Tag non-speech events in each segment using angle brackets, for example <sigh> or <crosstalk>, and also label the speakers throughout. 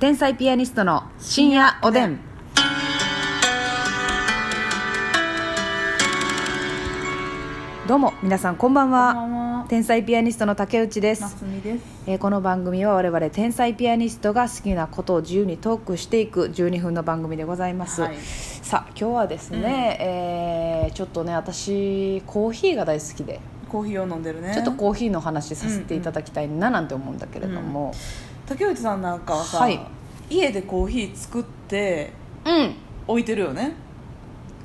Speaker 1: 天才ピアニストの深夜おでん。どうも皆さんこんばんは。
Speaker 2: こんばんは
Speaker 1: 天才ピアニストの竹内です。
Speaker 2: ますみです。
Speaker 1: えーこの番組は我々天才ピアニストが好きなことを自由にトークしていく12分の番組でございます、
Speaker 2: はい
Speaker 1: さあ今日はですね、えーちょっとね私コーヒーが大好きで、
Speaker 2: コーヒーを飲んでるね。
Speaker 1: ちょっとコーヒーの話させていただきたいななんて思うんだけれども
Speaker 2: 竹内さんなんかはさ、
Speaker 1: はい
Speaker 2: 家でコーヒー作って
Speaker 1: うん、
Speaker 2: 置いてるよね。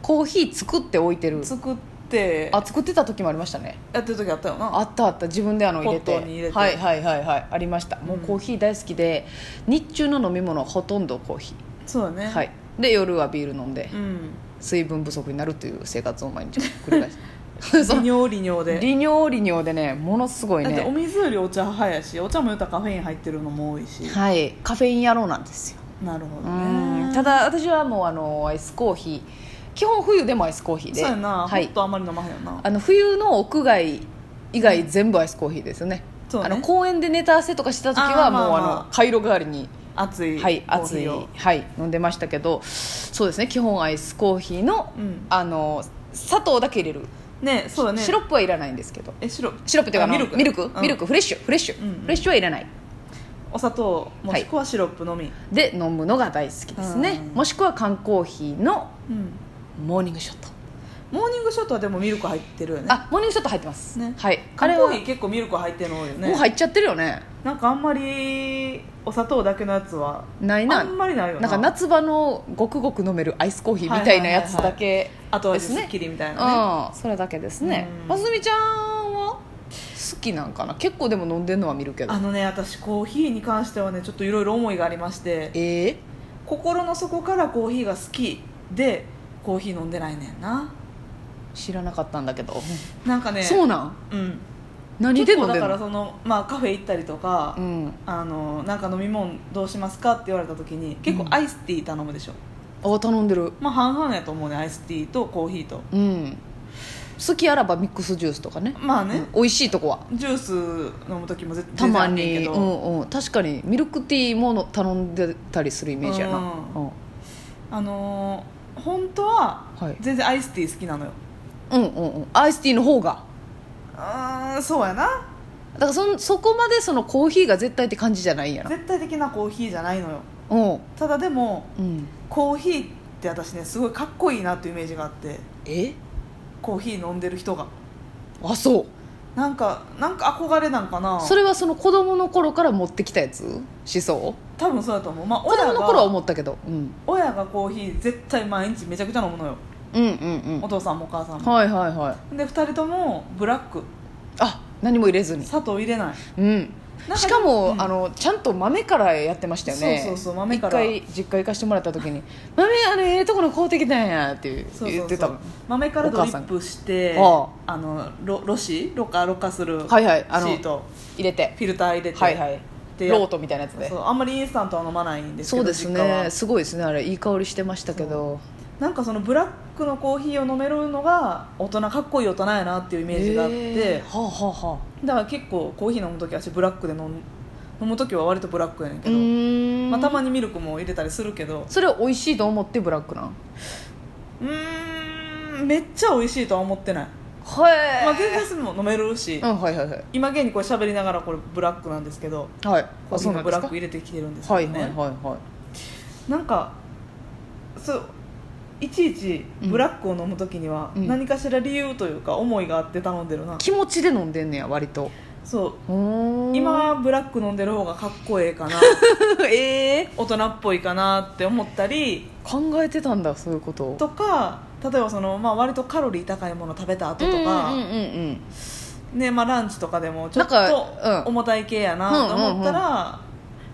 Speaker 1: コーヒー作って置いてる
Speaker 2: 作って
Speaker 1: あ作ってた時もありましたね
Speaker 2: やってる時あったよな。
Speaker 1: あったあった自分であの入れて
Speaker 2: ポットに入れて
Speaker 1: はいはいはいはいありましたもううんコーヒー大好きで日中の飲み物はほとんどコーヒ
Speaker 2: そうだね。
Speaker 1: ー、はい。で夜はビール飲んで、
Speaker 2: うん。
Speaker 1: 水分不足になるという生活を毎日繰り返して
Speaker 2: <laughs>
Speaker 1: そ
Speaker 2: 利
Speaker 1: の
Speaker 2: 尿利尿で。
Speaker 1: 利尿利尿でねものすごい
Speaker 2: だってお
Speaker 1: ね
Speaker 2: 水よりお茶派やし、お茶も言ったらカフェイン入ってるのも多いし。
Speaker 1: はいカフェイン野郎なんですよ
Speaker 2: なるほど
Speaker 1: う
Speaker 2: ね
Speaker 1: ん。ただ私はもうあのアイスコーヒー基本冬でもアイスコーヒーで
Speaker 2: そうやな。
Speaker 1: は
Speaker 2: はい、
Speaker 1: い
Speaker 2: ホッ、トあんまり飲まへんよな。
Speaker 1: あの冬の屋外以外全部アイスコーヒーですよね
Speaker 2: そうね
Speaker 1: あの公園でネタ合わせとかした時は
Speaker 2: あーまあ
Speaker 1: もうあ
Speaker 2: ま
Speaker 1: の
Speaker 2: あ
Speaker 1: 回路代わりに
Speaker 2: 熱い。
Speaker 1: はい
Speaker 2: コーヒ
Speaker 1: 熱い
Speaker 2: ーを
Speaker 1: はい飲んでましたけどそうですね基本アイスコーヒーの,、
Speaker 2: うん
Speaker 1: あの砂糖だけ入れる、
Speaker 2: ね、そうだね。
Speaker 1: シロップはいらないんですけど
Speaker 2: え白。
Speaker 1: シロップというかあの
Speaker 2: あミルク
Speaker 1: ミルク,、
Speaker 2: うん
Speaker 1: ミルクフレッシュフレッシュ、
Speaker 2: うんうん
Speaker 1: フレッシュはいらない
Speaker 2: お砂糖もしくはシロップのみ。
Speaker 1: で飲むのが大好きですね、
Speaker 2: うん
Speaker 1: もしくは缶コーヒーの
Speaker 2: うん。
Speaker 1: モーニングショット、
Speaker 2: モーニングショットはでもミルク入ってるよね。
Speaker 1: あモーニングショット入ってます、
Speaker 2: ね
Speaker 1: はいあ
Speaker 2: 缶
Speaker 1: れ
Speaker 2: コ
Speaker 1: は
Speaker 2: ーヒー結構ミルク入ってるの多いよね
Speaker 1: もう入っちゃってるよね
Speaker 2: なんかあんまりお砂糖だけのやつは
Speaker 1: ないな
Speaker 2: あんまりないよ
Speaker 1: な
Speaker 2: なん
Speaker 1: か夏場のごくごく飲めるアイスコーヒーみたいなやつだけ
Speaker 2: 後味
Speaker 1: ですね
Speaker 2: すっきりみたいなね
Speaker 1: うんそれだけですね
Speaker 2: うん
Speaker 1: ますみちゃんは好きなんかな結構でも飲んでるのは見るけど
Speaker 2: あのね私コーヒーに関してはねちょっといろいろ思いがありまして
Speaker 1: ええ
Speaker 2: 心の底からコーヒーが好きでコーヒー飲んでないねんな
Speaker 1: 知らなかったんだけど、
Speaker 2: なんかね
Speaker 1: そうなん
Speaker 2: うん
Speaker 1: 何で
Speaker 2: 結
Speaker 1: 飲
Speaker 2: 構
Speaker 1: ん
Speaker 2: だ
Speaker 1: でん
Speaker 2: から
Speaker 1: の
Speaker 2: その、まあ、カフェ行ったりとか、
Speaker 1: うん
Speaker 2: あのなんか飲み物どうしますかって言われた時に結構アイスティー頼むでしょ、
Speaker 1: あ頼んでる
Speaker 2: まあ半々やと思うねアイスティーとコーヒーと
Speaker 1: うん好きあらばミックスジュースとかね、
Speaker 2: まあね、
Speaker 1: うん美味しいとこは
Speaker 2: ジュース飲む時も絶
Speaker 1: た
Speaker 2: 対
Speaker 1: ま
Speaker 2: あんねん
Speaker 1: に、
Speaker 2: けど
Speaker 1: うんうん、確かにミルクティーもの頼んでたりするイメージやな、う
Speaker 2: うんんあのー本当は
Speaker 1: はい
Speaker 2: 全然アイスティー好きなのよ、
Speaker 1: うんうんうんアイスティーの方が
Speaker 2: うーんそうやな
Speaker 1: だからそんそこまでそのコーヒーが絶対って感じじゃないんやな
Speaker 2: 絶対的なコーヒーじゃないのよ
Speaker 1: うん
Speaker 2: ただでも
Speaker 1: うん
Speaker 2: コーヒーって私ねすごいかっこいいなっていうイメージがあって
Speaker 1: え
Speaker 2: コーヒー飲んでる人が
Speaker 1: あそう
Speaker 2: なんかなんか憧れなんかな
Speaker 1: それはその子供の頃から持ってきたやつ思想
Speaker 2: 多分そうだと思うまあ
Speaker 1: 子
Speaker 2: 親
Speaker 1: 供の頃は
Speaker 2: が
Speaker 1: 思ったけど、うん、
Speaker 2: 親がコーヒー絶対毎日めちゃくちゃ飲むのよ
Speaker 1: うんうん
Speaker 2: お父さんもお母さん
Speaker 1: うん
Speaker 2: も
Speaker 1: はいはいはい
Speaker 2: で2人ともブラック
Speaker 1: あ何も入れずに
Speaker 2: 砂糖入れない
Speaker 1: うん
Speaker 2: なんか
Speaker 1: しかも、
Speaker 2: うん
Speaker 1: あのちゃんと豆からやってましたよね
Speaker 2: そうそうそう豆から
Speaker 1: 一回実家行かしてもらった時に「豆あれええとこの買うてきたんや」っていう
Speaker 2: そうそうそう
Speaker 1: 言ってたもん
Speaker 2: 豆からドリップして
Speaker 1: お母
Speaker 2: あのロロシろ過ろ過するシ
Speaker 1: はいはいあの
Speaker 2: ート
Speaker 1: 入れて
Speaker 2: フィルター入れて、
Speaker 1: はいはい
Speaker 2: で
Speaker 1: ロートみたいなやつで
Speaker 2: そうあんまりインスタントは飲まないんですけ
Speaker 1: そう
Speaker 2: ど
Speaker 1: です
Speaker 2: 実家
Speaker 1: ね
Speaker 2: は
Speaker 1: すごいですねあれいい香りしてましたけど
Speaker 2: なんかそのブラックのコーヒーを飲めるのが大人かっこいい大人やなっていうイメージがあって、
Speaker 1: えーはあはあはあ
Speaker 2: だから結構コーヒー飲む時は私ブラックで飲む飲む時は割とブラックやねんけ
Speaker 1: う
Speaker 2: ど、
Speaker 1: ーん
Speaker 2: まあ、たまにミルクも入れたりするけど
Speaker 1: それを美味しいと思ってブラックなん
Speaker 2: うーんめっちゃ美味しいとは思ってない、
Speaker 1: はい
Speaker 2: まあ、全然も飲めるし、
Speaker 1: うんはいはいはい
Speaker 2: 今現にこれ喋りながらこれブラックなんですけど
Speaker 1: はい
Speaker 2: コーヒーのブラック
Speaker 1: は
Speaker 2: 入れてきてるんですけど
Speaker 1: い
Speaker 2: ね、
Speaker 1: はいはいはい
Speaker 2: なんかそういちいちブラックを飲む時には
Speaker 1: うん
Speaker 2: 何かしら理由というか思いがあって頼んでるな、
Speaker 1: 気持ちで飲んでんねや割と
Speaker 2: そう
Speaker 1: うーん
Speaker 2: 今はブラック飲んでる方がかっこええかな
Speaker 1: <laughs> ええ
Speaker 2: 大人っぽいかなって思ったり
Speaker 1: 考えてたんだそういうことを
Speaker 2: とか例えばその、まあ、割とカロリー高いもの食べた後とか、
Speaker 1: うんうんうんうん
Speaker 2: ねまあ、ランチとかでもちょっ
Speaker 1: なんかうん
Speaker 2: と重たい系やなと思ったら、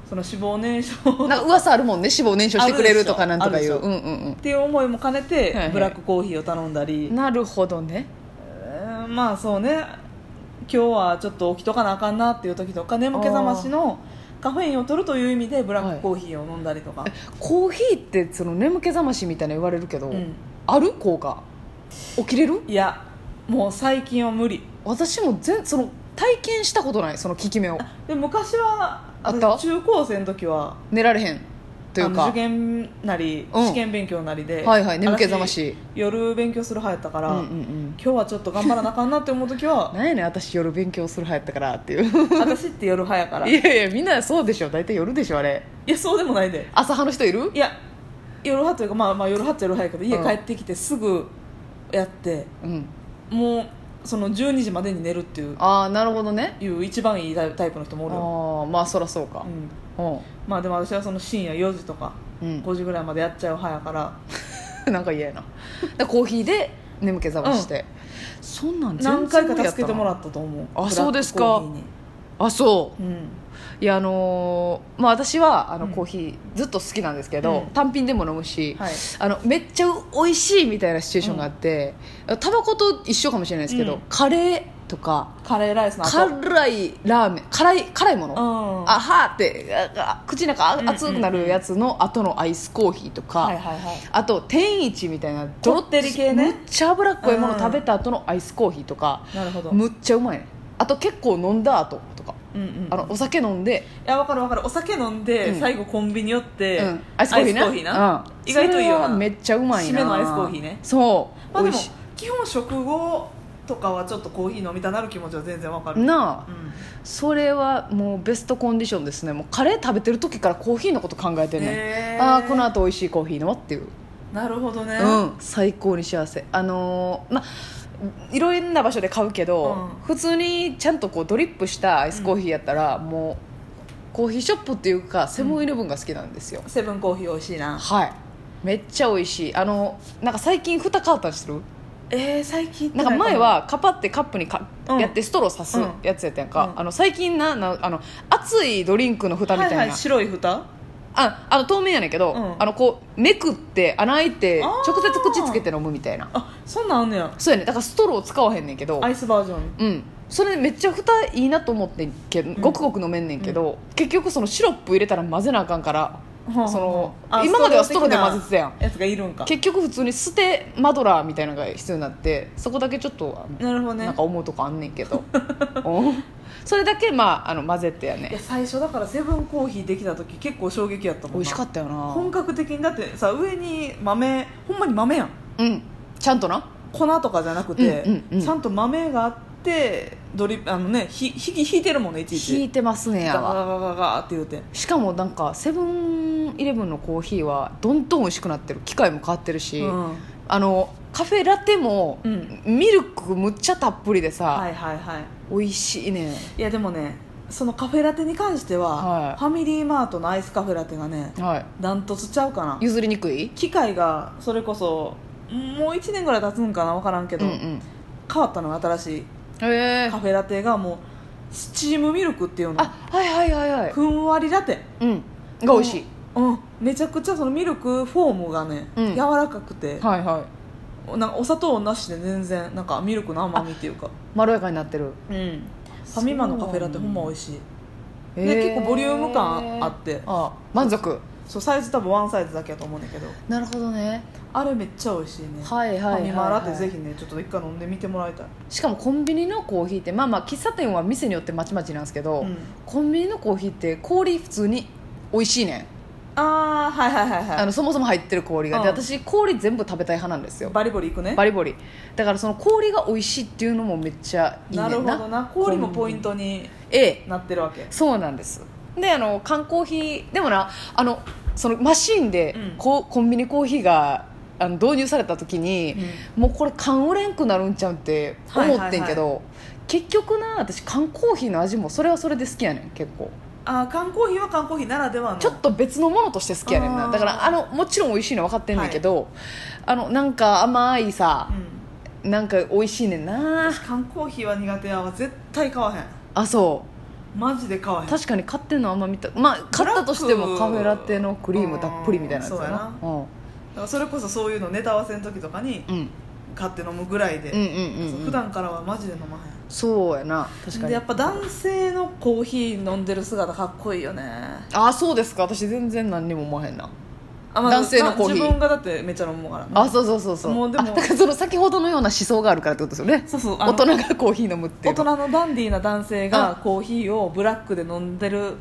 Speaker 2: その脂肪燃焼
Speaker 1: うんなんか噂あるもんね脂肪燃焼してくれるとかなんとかいう
Speaker 2: あるでしょ
Speaker 1: うんうん
Speaker 2: っていう思いも兼ねて、
Speaker 1: はいはい
Speaker 2: ブラックコーヒーを頼んだり
Speaker 1: うんなるほどね
Speaker 2: えーまあそうね今日はちょっと起きとかなあかんなっていう時とか眠気覚ましのカフェインを取るという意味でブラックコーヒーを飲んだりとか、
Speaker 1: コーヒーってその眠気覚ましみたいな言われるけど、
Speaker 2: うん
Speaker 1: ある効果起きれる
Speaker 2: いやもう最近は無理
Speaker 1: 私も全その体験したことないその効き目を
Speaker 2: で昔は
Speaker 1: あった
Speaker 2: 中高生の時は
Speaker 1: 寝られへんとい
Speaker 2: あ
Speaker 1: う
Speaker 2: の
Speaker 1: か
Speaker 2: 受験なり、
Speaker 1: うん
Speaker 2: 試験勉強なりで、
Speaker 1: はいはい眠気覚まし
Speaker 2: 私夜勉強する派やったから、
Speaker 1: うんうんうん
Speaker 2: 今日はちょっと頑張らなあかんなって思う時は
Speaker 1: なんや <laughs> ねん私夜勉強する派やったからっていう
Speaker 2: 私って夜派やから
Speaker 1: い
Speaker 2: い
Speaker 1: やいやみんなそうでしょ大体夜でしょあれ
Speaker 2: やそうでもないで
Speaker 1: 朝派の人いる
Speaker 2: いや夜派というか、まあ、まあ夜派っちゃ夜派やけ
Speaker 1: う
Speaker 2: ど
Speaker 1: ん
Speaker 2: 家帰ってきてすぐやって、
Speaker 1: うん
Speaker 2: もうその12時までに寝るっていう
Speaker 1: ああなるほどね
Speaker 2: いう一番いいタイプの人もおるよ、
Speaker 1: ああまあそらそうか
Speaker 2: うん、
Speaker 1: う
Speaker 2: まあでも私はその深夜4時とか
Speaker 1: ん、
Speaker 2: 5時ぐらいまでやっちゃう派やから、
Speaker 1: うん、 <laughs> なんか嫌やなだからコーヒーで眠気覚まして、そんなん全然
Speaker 2: 何回か助けて
Speaker 1: 無理
Speaker 2: も
Speaker 1: や
Speaker 2: ら
Speaker 1: っ
Speaker 2: ったと思う
Speaker 1: あ
Speaker 2: ブラック
Speaker 1: そうですか
Speaker 2: コーヒーに
Speaker 1: たなあそう
Speaker 2: うん
Speaker 1: いやあのーまあ、私はあの
Speaker 2: うん
Speaker 1: コーヒーずっと好きなんですけど、
Speaker 2: うん
Speaker 1: 単品でも飲むし、
Speaker 2: はい
Speaker 1: あのめっちゃ美味しいみたいなシチュエーションがあってタバコと一緒かもしれないですけど、
Speaker 2: うん
Speaker 1: カレーとか
Speaker 2: カレーライスの後
Speaker 1: 辛いラーメン辛い辛いもの、
Speaker 2: うん
Speaker 1: あはーってああ口の中あ熱くなるやつの後のアイスコーヒーとか、
Speaker 2: はいはいはい
Speaker 1: あと天一みたいな
Speaker 2: こってり系ね
Speaker 1: むっちゃ脂っこいもの食べた後のアイスコーヒーとか、
Speaker 2: なるほど、
Speaker 1: むっちゃうまいねあと結構飲んだ後とか、
Speaker 2: うんうん、
Speaker 1: あのお酒飲んで、
Speaker 2: いやわかるわかるお酒飲んで、
Speaker 1: うん
Speaker 2: 最後コンビニ寄って、
Speaker 1: うんアイスコーヒーな
Speaker 2: な
Speaker 1: うん
Speaker 2: 意外といい
Speaker 1: そ
Speaker 2: よ
Speaker 1: れ
Speaker 2: な
Speaker 1: はめっちゃうまいな
Speaker 2: 締めのアイスコーヒーね
Speaker 1: そう、
Speaker 2: まあ
Speaker 1: 美
Speaker 2: で
Speaker 1: 味
Speaker 2: も
Speaker 1: し
Speaker 2: 基本食後とかはちょっとコーヒー飲みたなる気持ちは全然わか
Speaker 1: い
Speaker 2: る
Speaker 1: なあ
Speaker 2: うん
Speaker 1: それはもうベストコンディションですねもうカレー食べてる時からコーヒーのこと考えてるね
Speaker 2: へー
Speaker 1: ああこの後美味しいコーヒーのっていう
Speaker 2: なるほどね、
Speaker 1: うん、最高に幸せあのーまあいろんな場所で買うけど、
Speaker 2: うん
Speaker 1: 普通にちゃんとこうドリップしたアイスコーヒーやったら、もうコーヒーショップっていうかセブンイレブンが好きなんですよ、
Speaker 2: セブンコーヒー美味しいな
Speaker 1: はいめっちゃ美味しいあのなんか最近蓋変わったりする
Speaker 2: えー、最近行って
Speaker 1: なんか
Speaker 2: いも
Speaker 1: 前はカパってカップにか、
Speaker 2: うん
Speaker 1: やってストローさすやつやったやんか、
Speaker 2: うん
Speaker 1: あの最近ななあの熱いドリンクの蓋みたいな、
Speaker 2: はいはい、白い蓋
Speaker 1: ああの透明やねんけど、
Speaker 2: うん
Speaker 1: あのこうめくって穴開いて
Speaker 2: あー
Speaker 1: 直接口つけて飲むみたいな
Speaker 2: あそんなんあんねや
Speaker 1: そうやねだからストロー使わへんねんけど
Speaker 2: アイスバージョン
Speaker 1: うんそれめっちゃ蓋いいなと思ってんけど
Speaker 2: ん
Speaker 1: ごくごく飲めんねんけど、結局そのシロップ入れたら混ぜなあかんから、
Speaker 2: はあ
Speaker 1: その
Speaker 2: あ
Speaker 1: 今まではストローで混ぜてたやん
Speaker 2: 的なやつがいるんか
Speaker 1: 結局普通に捨てマドラーみたいなのが必要になってそこだけちょっとあの
Speaker 2: なるほど
Speaker 1: な
Speaker 2: ね
Speaker 1: んか思うとこあんねんけ
Speaker 2: <laughs>
Speaker 1: どうんそれだけまああの混ぜてや
Speaker 2: いや
Speaker 1: ね
Speaker 2: 最初だからセブンコーヒーできた時結構衝撃やったもんな
Speaker 1: 美味しかったよな
Speaker 2: 本格的にだってさ上に豆ほんまに豆やん
Speaker 1: うんちゃんとな
Speaker 2: 粉とかじゃなくて、
Speaker 1: うんうんうん
Speaker 2: ちゃんと豆があってドリップあのねひひひいてるもんねいちい
Speaker 1: 引い
Speaker 2: ち
Speaker 1: てますね
Speaker 2: ガ
Speaker 1: や
Speaker 2: ガ
Speaker 1: わ
Speaker 2: ガガガって言うて
Speaker 1: しかもなんかセブンイレブンのコーヒーはどんどん美味しくなってる機械も変わってるし、
Speaker 2: うん、はい
Speaker 1: あのカフェラテも、
Speaker 2: うん
Speaker 1: ミルクむっちゃたっぷりでさ、
Speaker 2: はいはい
Speaker 1: 美味しいね
Speaker 2: いやでもねそのカフェラテに関しては、
Speaker 1: はい
Speaker 2: ファミリーマートのアイスカフェラテがね
Speaker 1: はい
Speaker 2: ダントツちゃうかな
Speaker 1: 譲りにくい
Speaker 2: 機械がそれこそもう1年ぐらい経つんかな分からんけ
Speaker 1: う
Speaker 2: ど、
Speaker 1: んうん
Speaker 2: 変わったのが新しい
Speaker 1: え
Speaker 2: カ
Speaker 1: ー、
Speaker 2: フェラテがもうスチームミルクっていうの
Speaker 1: あはいはいはいはい
Speaker 2: ふんわりラテ
Speaker 1: うんが美味しい、
Speaker 2: うんめちゃくちゃそのミルクフォームがね、
Speaker 1: うん
Speaker 2: 柔らかくて
Speaker 1: はいはい
Speaker 2: なんかお砂糖なしで全然なんかミルクの甘みっていうか
Speaker 1: まろやかになってる、
Speaker 2: うんファミマのカフェラテほんま美味しい、
Speaker 1: え
Speaker 2: で結構ボリューム感あって
Speaker 1: あ満足
Speaker 2: そうサイズ多分ワンサイズだけやと思うねんだけど
Speaker 1: なるほどね
Speaker 2: あれめっちゃ美味しいね、
Speaker 1: はいはいはいはい
Speaker 2: ファミマラテぜひねちょっと一回飲んでみてもらいたい、
Speaker 1: しかもコンビニのコーヒーってまあまあ喫茶店は店によってまちまちなんですけど、
Speaker 2: うん、
Speaker 1: コンビニのコーヒーって氷普通に美味しいねん、
Speaker 2: ああはいはいはいはい
Speaker 1: あのそもそも入ってる氷が、で
Speaker 2: うん
Speaker 1: 私氷全部食べたい派なんですよ
Speaker 2: バリボリいくね
Speaker 1: バリボリだからその氷が美味しいっていうのもめっちゃいいねん
Speaker 2: な
Speaker 1: な
Speaker 2: るほどな氷もポイントに
Speaker 1: ええ
Speaker 2: なってるわけ
Speaker 1: そうなんですであの缶コーヒーでもなあのそのマシンで
Speaker 2: うん
Speaker 1: こう、コンビニコーヒーがあの導入された時に、もうこれ缶売れんくなるんちゃうんって思ってんけど、結局な私缶コーヒーの味もそれはそれで好きやねん結構
Speaker 2: ああ缶コーヒーは缶コーヒーならではの
Speaker 1: ちょっと別のものとして好きやねん
Speaker 2: あ
Speaker 1: な
Speaker 2: ー
Speaker 1: だからあのもちろん美味しいの分かってんねんけど、あのなんか甘いさ
Speaker 2: う、ん
Speaker 1: なんか美味しいねんな
Speaker 2: 私缶コーヒーは苦手やわ絶対買わへん
Speaker 1: あそ
Speaker 2: マジで買わへ
Speaker 1: うん確かに買ってんのあんま見たまあ買ったとして
Speaker 2: ブラッ
Speaker 1: も
Speaker 2: ク
Speaker 1: カフェラテのクリームたっぷりみたいなやつだな
Speaker 2: うん
Speaker 1: うん
Speaker 2: だからそれこそそういうのネタ合わせの時とかに
Speaker 1: うん
Speaker 2: 買って飲むぐらいで、
Speaker 1: うんうんうん
Speaker 2: 普段からはマジで飲ま
Speaker 1: そうやな
Speaker 2: へ
Speaker 1: 確
Speaker 2: ん
Speaker 1: か
Speaker 2: で
Speaker 1: に
Speaker 2: やっぱ男性のコーヒー飲んでる姿かっこいいよね
Speaker 1: あそうですか私全然何にも思わへんな
Speaker 2: あ
Speaker 1: 男性のコーヒー
Speaker 2: まあ自分がだってめっちゃ飲むから
Speaker 1: あそうそうそうそう
Speaker 2: もうでも
Speaker 1: あだからその先ほどのような思想があるからってことですよね
Speaker 2: そうそうあ
Speaker 1: 大
Speaker 2: の
Speaker 1: 人がコーヒー飲むってい
Speaker 2: 大
Speaker 1: うの
Speaker 2: 人のダンディーな男性
Speaker 1: あ
Speaker 2: がコーヒーをブラックで飲んでる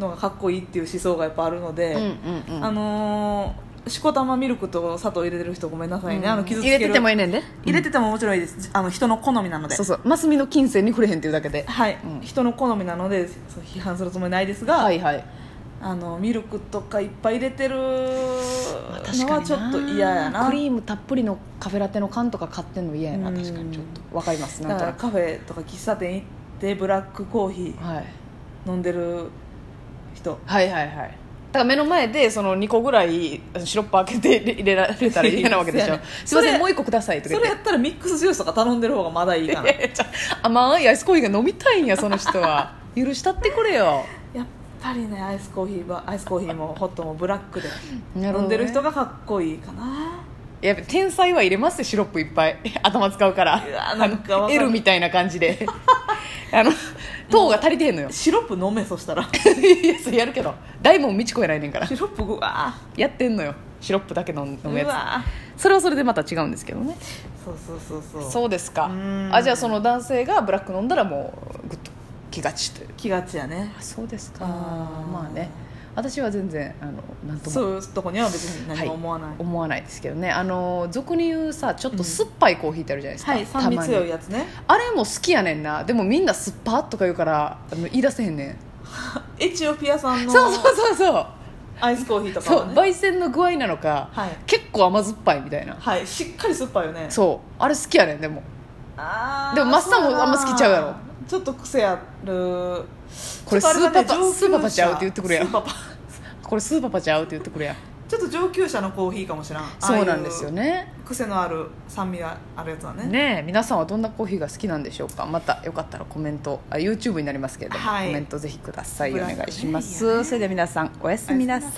Speaker 2: のがかっこいいっていう思想がやっぱあるので、
Speaker 1: うんうん
Speaker 2: あのーしこたまミルクと砂糖入れてる人ごめんなさいね、あの傷つけ
Speaker 1: 入
Speaker 2: る
Speaker 1: れててもいいねんで
Speaker 2: 入れててももちろんいいですあの人の好みなので
Speaker 1: そうそうマスミの金銭に触れへんっていうだけで
Speaker 2: はい、
Speaker 1: うん
Speaker 2: 人の好みなのでそう批判するつもりないですが、
Speaker 1: はいはい
Speaker 2: あのミルクとかいっぱい入れてるの
Speaker 1: まあ確かにな
Speaker 2: はちょっと嫌やな,、
Speaker 1: クリームたっぷりのカフェラテの缶とか買ってんの嫌やな
Speaker 2: うん
Speaker 1: 確かにちょっとわかりますな
Speaker 2: だ
Speaker 1: ん
Speaker 2: か
Speaker 1: と
Speaker 2: ら
Speaker 1: なく
Speaker 2: カフェとか喫茶店行ってブラックコーヒ
Speaker 1: はい、
Speaker 2: ー飲んでる人
Speaker 1: はいはいはいだから目の前でその2個ぐらいシロップ開けて入れ入れられたら嫌なわけで <laughs> し
Speaker 2: そう
Speaker 1: ょ
Speaker 2: やね
Speaker 1: すいま
Speaker 2: そ
Speaker 1: せ
Speaker 2: れ
Speaker 1: んもう1個くださいとか言
Speaker 2: そ
Speaker 1: っ
Speaker 2: れ
Speaker 1: て
Speaker 2: やったらミックスジュースとか頼んでる方がまだいいかな
Speaker 1: ちょ <laughs> 甘いアイスコーヒーが飲みたいんやその人は許したってくれよ
Speaker 2: やっぱりねアイスコーヒーはアイスコーヒーも <laughs> ホットもブラックで
Speaker 1: な
Speaker 2: 飲んでる人
Speaker 1: が
Speaker 2: がかっこいいかな
Speaker 1: やっぱ天才は入れますよシロップいっぱい頭使うから
Speaker 2: うわなんかわかる
Speaker 1: L みたいな感じ
Speaker 2: <laughs>
Speaker 1: であの糖が足りてへんのよ <laughs>
Speaker 2: シロップ飲めそしたら
Speaker 1: いやそれやるけど大門みちこやないねんから
Speaker 2: シロップうわ
Speaker 1: やってんのよシロップだけ飲ん飲
Speaker 2: ー
Speaker 1: む
Speaker 2: う
Speaker 1: や
Speaker 2: わ
Speaker 1: つそれはそれでまた違うんですけどね
Speaker 2: ーそうそうそうそう
Speaker 1: そうですか
Speaker 2: うん
Speaker 1: あじゃあその男性がブラック飲んだらもうグッと気がちという
Speaker 2: 気がちやね
Speaker 1: あそうですか
Speaker 2: あー
Speaker 1: まあね私は全然あのなんとも
Speaker 2: そういうとこには別に何も思わない、はい
Speaker 1: 思わないですけどねあの俗に言うさちょっと酸っぱいコーヒーってあるじゃないですか、た
Speaker 2: 酸味
Speaker 1: まに
Speaker 2: 強いやつね
Speaker 1: あれも好きやねんなでもみんな酸っぱとか言うからあの言い出せへんねん
Speaker 2: エチオピア産の
Speaker 1: そうそうそうそう
Speaker 2: アイスコーヒーとか
Speaker 1: そ
Speaker 2: は
Speaker 1: う
Speaker 2: ね
Speaker 1: 焙煎の具合なのか、
Speaker 2: はい
Speaker 1: 結構甘酸っぱいみたいな
Speaker 2: はいしっかり酸っぱいよね
Speaker 1: そうあれ好きやねんでも
Speaker 2: あ
Speaker 1: でもマスターもあんま好きちゃうやろ
Speaker 2: ろちょっと癖ある
Speaker 1: これ
Speaker 2: ちょっとあが
Speaker 1: スーパー
Speaker 2: ね
Speaker 1: パ
Speaker 2: 上級者
Speaker 1: スーパーパちゃうって言ってくれや
Speaker 2: スーパーパ
Speaker 1: これスーパーパちゃうって言ってくれや
Speaker 2: ちょっと上級者のコーヒーかもしらん
Speaker 1: そうなんですよ
Speaker 2: ね
Speaker 1: ね
Speaker 2: 癖のある酸味があるやつはね
Speaker 1: ねえ皆さんはどんなコーヒーが好きなんでしょうかまたよかったらコメントあ YouTube になりますけれども、
Speaker 2: はい
Speaker 1: コメントぜひくださいお
Speaker 2: ブラック
Speaker 1: 願
Speaker 2: ね
Speaker 1: いしま
Speaker 2: いい
Speaker 1: す、
Speaker 2: よね
Speaker 1: それでは皆さんおやすみなさい